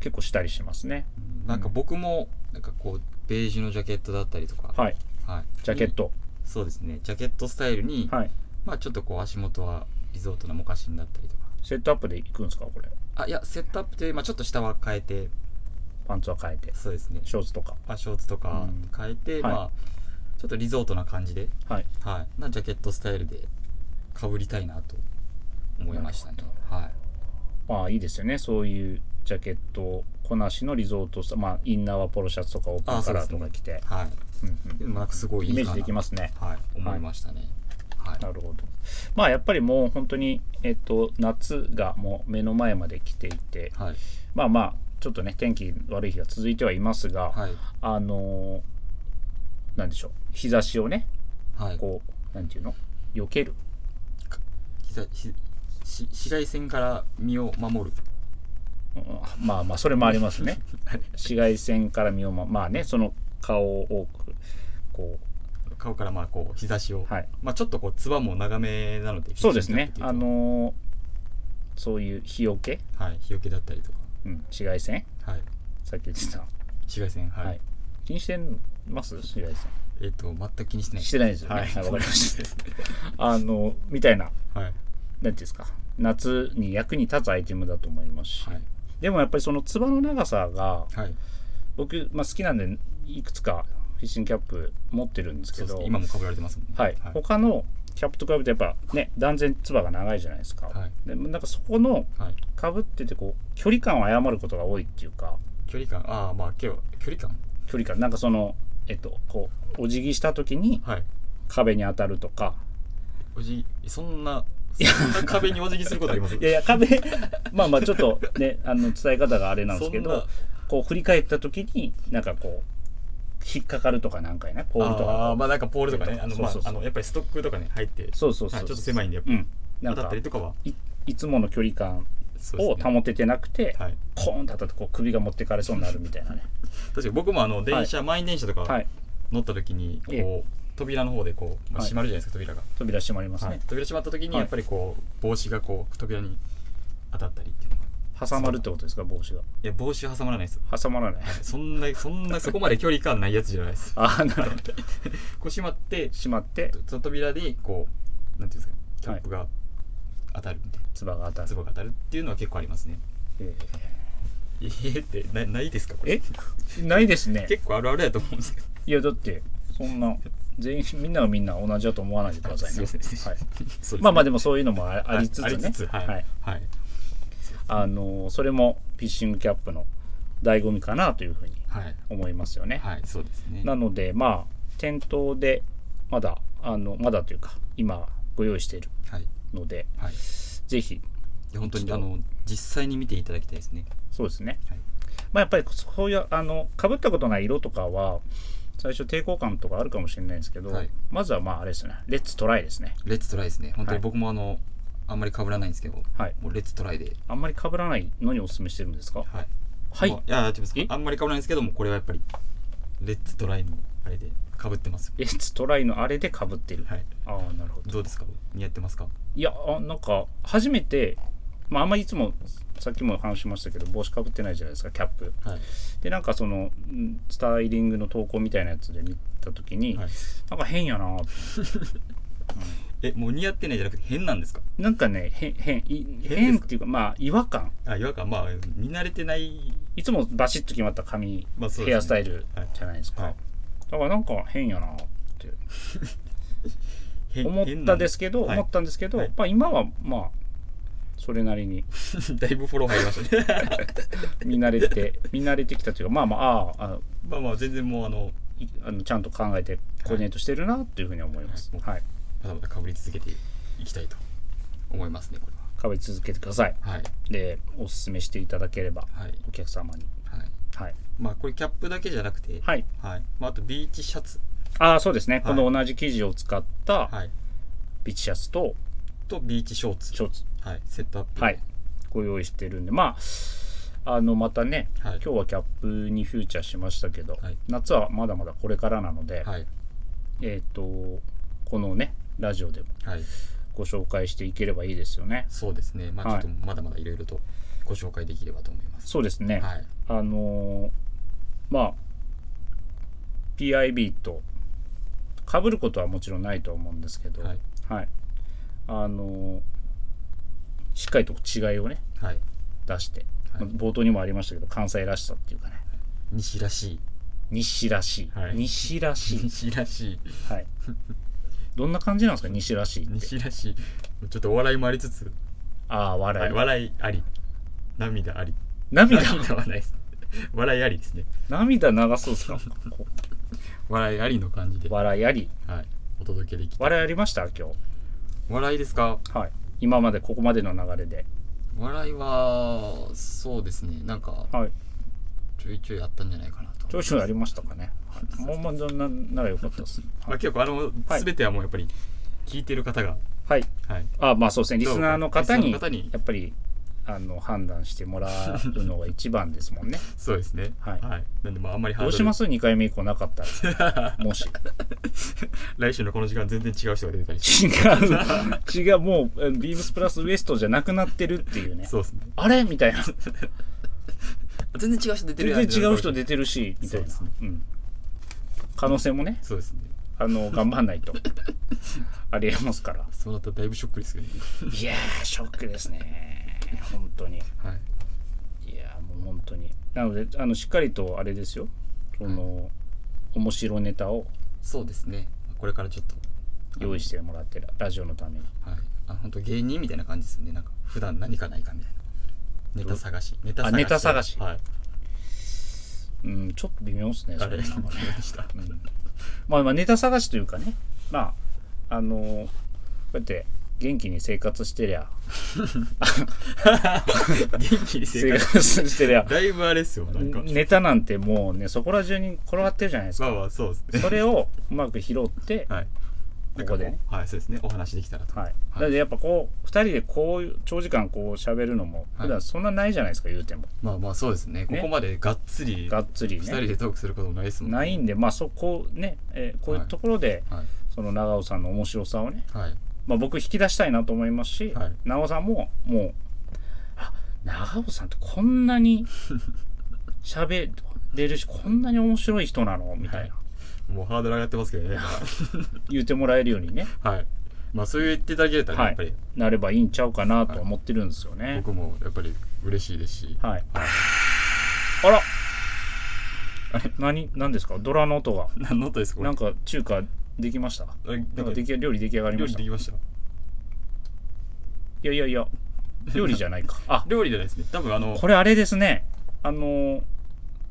Speaker 1: 結構したりしますね。
Speaker 2: なんか僕もなんかこうベージュのジャケットだったりとか、
Speaker 1: はい、
Speaker 2: はい
Speaker 1: ジャケット、
Speaker 2: そうですねジャケットスタイルに、
Speaker 1: はい、
Speaker 2: まあちょっとこう足元はリゾートのモカシンだったりとか
Speaker 1: セットアップでいくんですかこれ
Speaker 2: あいやセットアップで、まあ、ちょっと下は変えて
Speaker 1: パンツは変えて
Speaker 2: そうですね
Speaker 1: ショーツとか。
Speaker 2: まあ、ショーツと
Speaker 1: う
Speaker 2: か
Speaker 1: ん
Speaker 2: 変えて、
Speaker 1: はい
Speaker 2: まあちょっとリゾートな感じで、
Speaker 1: はい
Speaker 2: はい、なジャケットスタイルでかぶりたいなと思いましたね
Speaker 1: なるほ
Speaker 2: は
Speaker 1: まあいいですよねそういうジャケットこなしのリゾートさまあインナーはポロシャツとかオープンカラーとか着て
Speaker 2: い、はい、
Speaker 1: うんうん
Speaker 2: でもなんかすごいい
Speaker 1: イ
Speaker 2: いかな
Speaker 1: メージできますね。
Speaker 2: はい、思いましたね。はい。
Speaker 1: なるほど。まあやっぱりもう本当に、えっと、夏がもう目の前まで来ていて、
Speaker 2: はい。
Speaker 1: まあまあ、ちょっとね、天気悪い日が続いてはいますが、
Speaker 2: はい。
Speaker 1: あのーなんでしょう、日差しをね、
Speaker 2: はい。
Speaker 1: こう、なんていうの、避ける。
Speaker 2: ひざひし紫外線から身を守る。
Speaker 1: うんまあまあ、それもあります ね。紫外線から身をま、まあね、その顔を多く、こ
Speaker 2: 顔からまあこう日差しを。
Speaker 1: う、はい。
Speaker 2: まあちょっとこうつばも長めなので。
Speaker 1: そうですね
Speaker 2: 日差し、に
Speaker 1: あ
Speaker 2: 当たって
Speaker 1: のーそういう日よけ、
Speaker 2: るとはい。日よけだったりとか。
Speaker 1: うん、紫外線、
Speaker 2: はい。
Speaker 1: さっき言ってた。
Speaker 2: 紫外線。はい。
Speaker 1: はい。気にしてます紫外線。
Speaker 2: えっ、と全く気にしてない。
Speaker 1: してないですよね。
Speaker 2: は
Speaker 1: はいい、わ、かりました。
Speaker 2: た。
Speaker 1: あの、みたいな、なんて
Speaker 2: はい。
Speaker 1: いうんですか、夏に役に立つアイテムだと思いますし、
Speaker 2: はい。
Speaker 1: でもやっぱりそのつばの長さが、
Speaker 2: はい。
Speaker 1: 僕、まあ、好きなんで、いくつかフィッシングキャップ持ってるんですけ
Speaker 2: そうです
Speaker 1: ど、
Speaker 2: ね。今も被られてますもんね。
Speaker 1: はい、
Speaker 2: はい。
Speaker 1: 他のキャップと比べてやっぱね、断然つばが長いじゃないですか。
Speaker 2: はい
Speaker 1: でもなんかそこの
Speaker 2: はい
Speaker 1: かぶっててこう距離感を誤ることが多いっていうか
Speaker 2: 距離感。ああまあ今日距離感。
Speaker 1: 距離感なんかそのえっとこうお辞儀した時に
Speaker 2: はい。
Speaker 1: 壁に当たるとか
Speaker 2: おじそんなそんな壁にお辞儀することあります。
Speaker 1: いやいや壁まあまあちょっとねあの伝え方があれなんですけ
Speaker 2: そんな
Speaker 1: どこう振り返った時になんかこう引っかかるとかなんかやなポールと
Speaker 2: あ
Speaker 1: か
Speaker 2: ーまあなんかポールとかね、あのまあ
Speaker 1: そうそうそ
Speaker 2: あ
Speaker 1: う
Speaker 2: のやっぱりストックとかね入って
Speaker 1: そうそうそう、
Speaker 2: はいちょっと狭いんでやっぱ
Speaker 1: うん、なん
Speaker 2: 当たっ
Speaker 1: か
Speaker 2: たりとかはい
Speaker 1: いつもの距離感
Speaker 2: そう
Speaker 1: を
Speaker 2: ですね
Speaker 1: 保ててなくて、
Speaker 2: はい。
Speaker 1: コーンと当たってこう首が持ってかれそうになるみたいなね
Speaker 2: 確かに僕もあの電車、満員電車と
Speaker 1: は
Speaker 2: か
Speaker 1: い
Speaker 2: 乗った時に
Speaker 1: ええ
Speaker 2: こう扉の方でこうまあ
Speaker 1: はい
Speaker 2: 閉まるじゃないですか扉が。
Speaker 1: 扉閉まります
Speaker 2: は
Speaker 1: ね
Speaker 2: い、扉閉まった時に
Speaker 1: はい
Speaker 2: やっぱりこう帽子がこう扉に当たったりっていうのが。
Speaker 1: 挟まるってことですか帽子が
Speaker 2: いや帽子挟まらないです。
Speaker 1: 挟まら ない
Speaker 2: そんなそんなそこまで距離感ないやつじゃないです。
Speaker 1: ああなるほど
Speaker 2: こう閉まって
Speaker 1: 閉まって
Speaker 2: その扉でこうなんていうんですかキャップが当たるみたいな。
Speaker 1: 唾が当た
Speaker 2: ツ
Speaker 1: る、
Speaker 2: ボが当たるっていうのは結構ありますね。
Speaker 1: え
Speaker 2: えー、ってなないですかこれ
Speaker 1: えないですね
Speaker 2: 結構あるあるやと思うん ですけど
Speaker 1: いやだってそんな全員みんながみんな同じだと思わないでください
Speaker 2: すい
Speaker 1: ね
Speaker 2: ません失
Speaker 1: はい
Speaker 2: 礼しましたそうですね
Speaker 1: まあまあでもそういうのもあありつつ
Speaker 2: あり
Speaker 1: ね
Speaker 2: つつはい、はい
Speaker 1: あのーそれもフィッシングキャップの醍醐味かなというふうに
Speaker 2: はい
Speaker 1: 思いますよね、
Speaker 2: はいそうですね
Speaker 1: なのでまあ店頭でまだあのまだというか今ご用意している
Speaker 2: はい
Speaker 1: ので
Speaker 2: はい
Speaker 1: ぜひ
Speaker 2: で本当
Speaker 1: ち
Speaker 2: に
Speaker 1: ょ
Speaker 2: あ
Speaker 1: っと
Speaker 2: の実際に見ていただきたいですね
Speaker 1: そうですね、
Speaker 2: はい
Speaker 1: まあやっぱりそういうあのかぶったことない色とかは最初抵抗感とかあるかもしれないですけど、
Speaker 2: はい
Speaker 1: まずはまああれですねレッツトライですね
Speaker 2: レッツトライですね本当
Speaker 1: はい
Speaker 2: に僕もあの、あんまり被らないんですけど
Speaker 1: はい
Speaker 2: もうレッツトライで
Speaker 1: あんまり被らないのにお勧めしてるんですか
Speaker 2: はい
Speaker 1: はい
Speaker 2: もういやちょっと
Speaker 1: え
Speaker 2: あんまり被らないんですけどもこれはやっぱりレッツトライのあれで被ってます
Speaker 1: レッツトライのあれで被ってる、
Speaker 2: はい
Speaker 1: ああなるほど
Speaker 2: どうですか似合ってますか
Speaker 1: いやあなんか初めてまああんまりいつもさっきも話しましたけど帽子かぶってないじゃないですかキャップ
Speaker 2: はい
Speaker 1: でなんかそのんスタイリングの投稿みたいなやつで見た時に、
Speaker 2: はい
Speaker 1: なんか変やなと
Speaker 2: えもう似合ってないじゃなくて変なんですか
Speaker 1: なんかね変変い
Speaker 2: 変で
Speaker 1: 変
Speaker 2: す
Speaker 1: っ
Speaker 2: か
Speaker 1: ていうかまあ違和感
Speaker 2: あ違和感まあ見慣れてない
Speaker 1: いつもバシッと決まった髪、
Speaker 2: まあそうですね
Speaker 1: ヘアスタイル
Speaker 2: はい
Speaker 1: じゃないですか、
Speaker 2: はい
Speaker 1: だからなんか変やなって
Speaker 2: 変
Speaker 1: 思ったんですけど、
Speaker 2: 変なん
Speaker 1: 思ったんですけど、
Speaker 2: はい
Speaker 1: まあ今はまあそれなりに
Speaker 2: 変な だいぶフォロー入りましたね
Speaker 1: 見慣れて見慣れてきたというかまあまああああの
Speaker 2: まあまあ全然もうあの
Speaker 1: いあのちゃんと考えてコーディネートしてるなというふうに思います
Speaker 2: はい
Speaker 1: はい
Speaker 2: まだまだかぶり続けていきたいと思いますねこれ
Speaker 1: かぶり続けてください
Speaker 2: ははい
Speaker 1: でおすすめしていただければ
Speaker 2: はい
Speaker 1: お客様に
Speaker 2: はい
Speaker 1: はい、
Speaker 2: まあこれキャップだけじゃなくて
Speaker 1: はい、
Speaker 2: まあ、あとビーチシャツ
Speaker 1: ああそうですね、
Speaker 2: い
Speaker 1: この同じ生地を使った
Speaker 2: はい
Speaker 1: ビチシャツと
Speaker 2: とビーチショーツ
Speaker 1: ショーツ
Speaker 2: はいセットアップ
Speaker 1: はい、ご用意してるんで、まあ、あのまたね、
Speaker 2: はい
Speaker 1: 今日はキャップにフューチャーしましたけど、
Speaker 2: はい
Speaker 1: 夏はまだまだこれからなので、
Speaker 2: はい
Speaker 1: えっ、と、このね、ラジオでも
Speaker 2: はい
Speaker 1: ご紹介していければいいですよね。
Speaker 2: そうですねまあ
Speaker 1: は
Speaker 2: ちょ
Speaker 1: い
Speaker 2: っとまだまだいろいろとご紹介できればと思います
Speaker 1: そうですね、
Speaker 2: はい
Speaker 1: あのーまあ、PIB と被ることはもちろんないと思うんですけど、
Speaker 2: は
Speaker 1: はいい、あのーしっかりと違いをね、
Speaker 2: はい
Speaker 1: 出して、
Speaker 2: はい
Speaker 1: 冒頭にもありましたけど、関西らしさっていうかね、
Speaker 2: 西らしい
Speaker 1: 西らしい、
Speaker 2: はい
Speaker 1: 西らし い、
Speaker 2: 西らしい
Speaker 1: はい、どんな感じなんですか西らしいって
Speaker 2: 西らしいちょっとお笑いもありつつ、
Speaker 1: ああ
Speaker 2: は
Speaker 1: 笑
Speaker 2: い、
Speaker 1: い
Speaker 2: 笑いあり涙あり
Speaker 1: 涙
Speaker 2: 涙はないです笑いありですね
Speaker 1: 涙流そうですかこ
Speaker 2: 笑いありの感じで、は
Speaker 1: 笑いあり
Speaker 2: い、お届けできた
Speaker 1: 笑いありました今
Speaker 2: 笑いですか
Speaker 1: 日はい今までここまでの流れで
Speaker 2: 笑いはそうですねなんか
Speaker 1: はい
Speaker 2: ちょいちょいあったんじゃないかなと
Speaker 1: 調子にありましたかね、はい、もうまずなならよかったです
Speaker 2: まあ、結構あの、
Speaker 1: はい
Speaker 2: 全てはもうやっぱり聞いてる方が、
Speaker 1: はい
Speaker 2: はい、
Speaker 1: あまあそうですねリスナーの方に
Speaker 2: リスナーの方に
Speaker 1: やっぱりあの判断してもらうのが一番ですもん ね
Speaker 2: そうですね
Speaker 1: はい
Speaker 2: なんでまああんまりハ
Speaker 1: ど
Speaker 2: ード
Speaker 1: う
Speaker 2: ル
Speaker 1: します ?2 回目以降なかった ら。もし。
Speaker 2: 来週のこの時間全然違う人が出てたりして
Speaker 1: 違う。違う。もう、えビームスプラスウエストじゃなくなってるっていうね。
Speaker 2: そうですね
Speaker 1: あれみたいな。
Speaker 2: 全然違う人出てるやん
Speaker 1: 全然違う人出てるし、みたいな。
Speaker 2: そうですね
Speaker 1: うん。可能性もね、
Speaker 2: そうですね
Speaker 1: あの、頑張ん ないと。ありえますから。
Speaker 2: そうなったらだいぶショックですよね
Speaker 1: いやー、ショックですね。本当に。
Speaker 2: はい
Speaker 1: いやーもう本当に。なので、あの、しっかりとあれですよ。その、面白ネタを
Speaker 2: そうですねこれからちょっと
Speaker 1: 用意してもらってる、ラジオのために。
Speaker 2: はいあ本当芸人みたいな感じですよねなんか普段何かないかみたいなネタ探しネタ
Speaker 1: ネタ探し
Speaker 2: はい
Speaker 1: うん、ちょっと微妙ですね、
Speaker 2: あれ
Speaker 1: それ
Speaker 2: で
Speaker 1: なんかね
Speaker 2: した
Speaker 1: うんまあ、まあネタ探しというかねまああのーこうやって元気に生活してりゃ
Speaker 2: 元気に生
Speaker 1: 生
Speaker 2: 活
Speaker 1: 活してりゃ
Speaker 2: だいぶあれですよなんか、
Speaker 1: ネタなんてもうねそこら中に転がってるじゃないですか
Speaker 2: まあまあそうですね
Speaker 1: それをうまく拾って
Speaker 2: はい。
Speaker 1: ここでね
Speaker 2: はい、そうですね。お話できたらと。
Speaker 1: はい、
Speaker 2: はい
Speaker 1: だってやっぱこう2人でこういう長時間こう喋るのも
Speaker 2: は
Speaker 1: 普
Speaker 2: い
Speaker 1: 段そんなないじゃないですか言うても
Speaker 2: まあまあそうですね。ここまでがっつり
Speaker 1: がっつり
Speaker 2: 二人
Speaker 1: ね
Speaker 2: でトークすることもないですもんね。
Speaker 1: ないんでまあそこね、えーこういうところで、
Speaker 2: はい。
Speaker 1: その長尾さんの面白さをね
Speaker 2: はい。
Speaker 1: まあ、僕引き出したいなと思いますし、
Speaker 2: はい
Speaker 1: 長尾さんももうあ長尾さんってこんな に喋れるしこんなに面白い人なのみたいな、
Speaker 2: もうハードル上がってますけどね。
Speaker 1: 言ってもらえるようにね、
Speaker 2: はい。まあそう言っていただけたら、
Speaker 1: は
Speaker 2: やっぱり
Speaker 1: い、なればいいんちゃうかなと思ってるんですよね。
Speaker 2: 僕もやっぱり嬉しいですし。
Speaker 1: はいあら何何ですかドラの 音が
Speaker 2: 何の音ですかこれ
Speaker 1: なんか中華できました
Speaker 2: あ
Speaker 1: な
Speaker 2: れなんん
Speaker 1: か
Speaker 2: か
Speaker 1: でき料理出来上がり
Speaker 2: 料
Speaker 1: まし
Speaker 2: 理
Speaker 1: た
Speaker 2: で
Speaker 1: い
Speaker 2: きました。
Speaker 1: やいやいや料理じゃないかあ
Speaker 2: 料理じゃないですね。多分あの、
Speaker 1: これあれですね。あのー、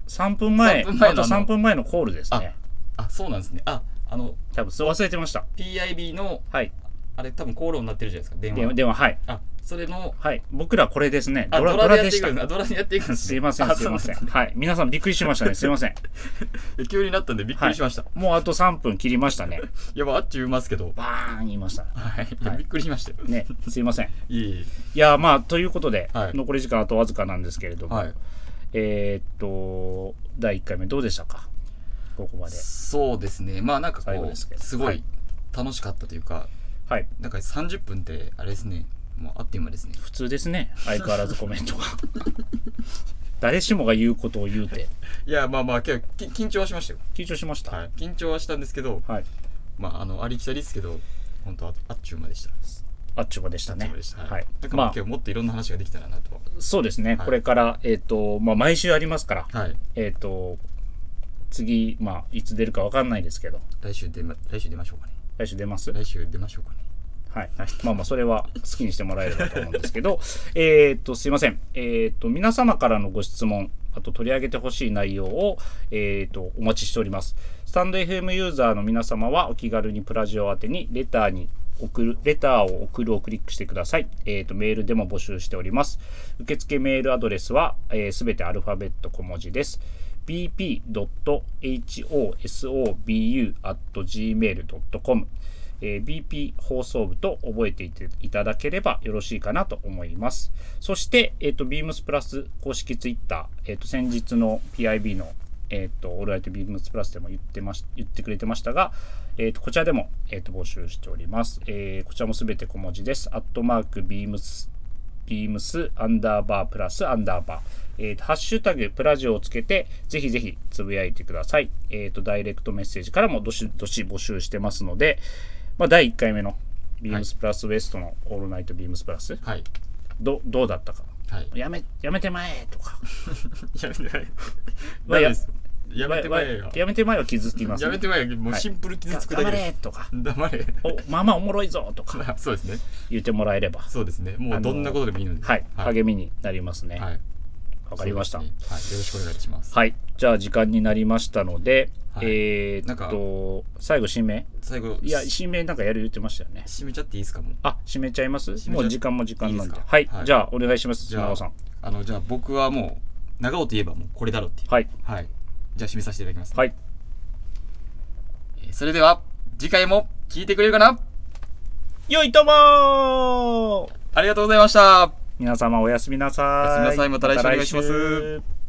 Speaker 1: 3分前、
Speaker 2: 3分前
Speaker 1: あ
Speaker 2: の
Speaker 1: と
Speaker 2: あの
Speaker 1: 3分前のコールですね。
Speaker 2: あ、そうなんですね。あ、あの、
Speaker 1: 多分そう忘れてました。
Speaker 2: PIB の、
Speaker 1: はい。
Speaker 2: あれ多分口論になってるじゃないですか。電
Speaker 1: 電話、
Speaker 2: 話。
Speaker 1: 電話はい。
Speaker 2: あ、それの、
Speaker 1: はい。僕らこれですね。
Speaker 2: あ、
Speaker 1: ドラ、
Speaker 2: ド
Speaker 1: ド
Speaker 2: ラ
Speaker 1: ラ
Speaker 2: でや
Speaker 1: で
Speaker 2: って
Speaker 1: し
Speaker 2: い
Speaker 1: た
Speaker 2: くん。です。あドラでやっていくんですね。
Speaker 1: すいません、
Speaker 2: あ
Speaker 1: すいません。。
Speaker 2: そうなんですね
Speaker 1: はい。皆さんびっくりしましたね。すいません。
Speaker 2: え急になったんでびっくりしました。
Speaker 1: もうあと3分切りましたね。
Speaker 2: いや、まあ、あっち言いますけど。
Speaker 1: バーン言いました。
Speaker 2: はい。 いや
Speaker 1: はい
Speaker 2: びっくりしましたよ。
Speaker 1: ね。すいません。
Speaker 2: いえい
Speaker 1: いやー、まあ、ということで、
Speaker 2: はい
Speaker 1: 残り時間あとわずかなんですけれど
Speaker 2: え。
Speaker 1: も、
Speaker 2: はい。
Speaker 1: えー、っと、第1回目どうでしたかここまで。
Speaker 2: そうですね。まあなんか
Speaker 1: 最後
Speaker 2: こ
Speaker 1: で
Speaker 2: う、
Speaker 1: すけ
Speaker 2: す
Speaker 1: ど
Speaker 2: ご
Speaker 1: はい
Speaker 2: い楽しかったというか、
Speaker 1: はい。
Speaker 2: なんか30分ってあれですね。もうあっという間ですね。
Speaker 1: 普通ですね相変わらずコメントが 誰しもが言うことを言うて
Speaker 2: いや、まあまあ、今日き緊張はしましたよ。
Speaker 1: 緊張しました
Speaker 2: はい。緊張はしたんですけど、
Speaker 1: はい
Speaker 2: まあ、あの、ありきたりですけど、本当ああっちゅう間でした。
Speaker 1: あっちゅう間でした
Speaker 2: あっちゅう
Speaker 1: ね
Speaker 2: 間でした。
Speaker 1: は
Speaker 2: はいい。なんかま
Speaker 1: ま
Speaker 2: あ今日もっといろんな話ができたらなと。
Speaker 1: あそうですね、
Speaker 2: はい
Speaker 1: これからえっ、とまあ毎週ありますから
Speaker 2: はい。
Speaker 1: えっ、と次まあいつ出るかわかんないですけど
Speaker 2: 来週出ま、来週出ましょうかね。
Speaker 1: 来週出ます
Speaker 2: 来週出ましょうかね。
Speaker 1: はい、まあまあそれは好きにしてもらえればと思うんですけど えーっとすいませんえーっと皆様からのご質問あと取り上げてほしい内容を、えーっとお待ちしておりますスタンド FM ユーザーの皆様はお気軽にプラジオ宛てにレターに送るレターを送るをクリックしてください。えーっ、と、メールでも募集しております。受付メールアドレスは、す、え、べ、全てアルファベット小文字です。bp.hosobu.gmail.com えー BP 放送部と覚えていていただければよろしいかなと思います。そして、えっ、と、ビームスプラス公式ツイッター、えっ、と、先日の PIB の、えっ、と、オールライトビームスプラスでも言ってまし、言ってくれてましたが、えっ、と、こちらでも、えっ、と、募集しております。えーこちらもすべて小文字です。アットマークビームスビームスアンダーバープラスアンダーバー。えーと、ハッシュタグプラジオをつけて、ぜひぜひつぶやいてください。えっ、と、ダイレクトメッセージからもどしどし募集してますので、まあ、第1回目のビームスプラスウエストのオールナイトビームスプラス、
Speaker 2: はい。
Speaker 1: どどうだったか。
Speaker 2: はい。
Speaker 1: やめ、やめてまえとか。
Speaker 2: やめて ない。
Speaker 1: まあや
Speaker 2: ダメですやめてまえよ。
Speaker 1: やめてまえは傷つきます、
Speaker 2: やめてまえよ。もうシンプル傷つくだけ
Speaker 1: 黙
Speaker 2: です
Speaker 1: れとか。
Speaker 2: 黙れ。
Speaker 1: お、まあまあおもろいぞとか
Speaker 2: あそうですね。
Speaker 1: 言ってもらえれば、
Speaker 2: そうですね。もうどんなことでもいいので。
Speaker 1: はい、
Speaker 2: はい。
Speaker 1: 励みになりますね。
Speaker 2: はい。
Speaker 1: わかりました。
Speaker 2: そうですねはい、よろしくお願いします。
Speaker 1: はい。じゃあ時間になりましたので、
Speaker 2: はい
Speaker 1: え
Speaker 2: なん
Speaker 1: ー、っ
Speaker 2: か
Speaker 1: と、最後、締め
Speaker 2: 最後、
Speaker 1: いや、
Speaker 2: し
Speaker 1: 締めなんかやる言ってましたよね。
Speaker 2: 締めちゃっていいですかもう。
Speaker 1: あ、締めちゃいます
Speaker 2: 締めちゃ
Speaker 1: もう時間も時間なん
Speaker 2: い
Speaker 1: で。
Speaker 2: いですか
Speaker 1: はい、
Speaker 2: はい
Speaker 1: じゃあ、お願いします。
Speaker 2: じゃあ
Speaker 1: 長尾さん。
Speaker 2: あの、じゃあ僕はもう、長尾といえばもうこれだろうっていう。
Speaker 1: はい。
Speaker 2: はい。じゃあ締めさせていただきます。
Speaker 1: はい。
Speaker 2: えーそれでは、次回も聞いてくれるかな
Speaker 1: よいともー
Speaker 2: ありがとうございました。
Speaker 1: 皆様おやすみなさい。
Speaker 2: おやすみなさいまた来週お願いします
Speaker 1: た来週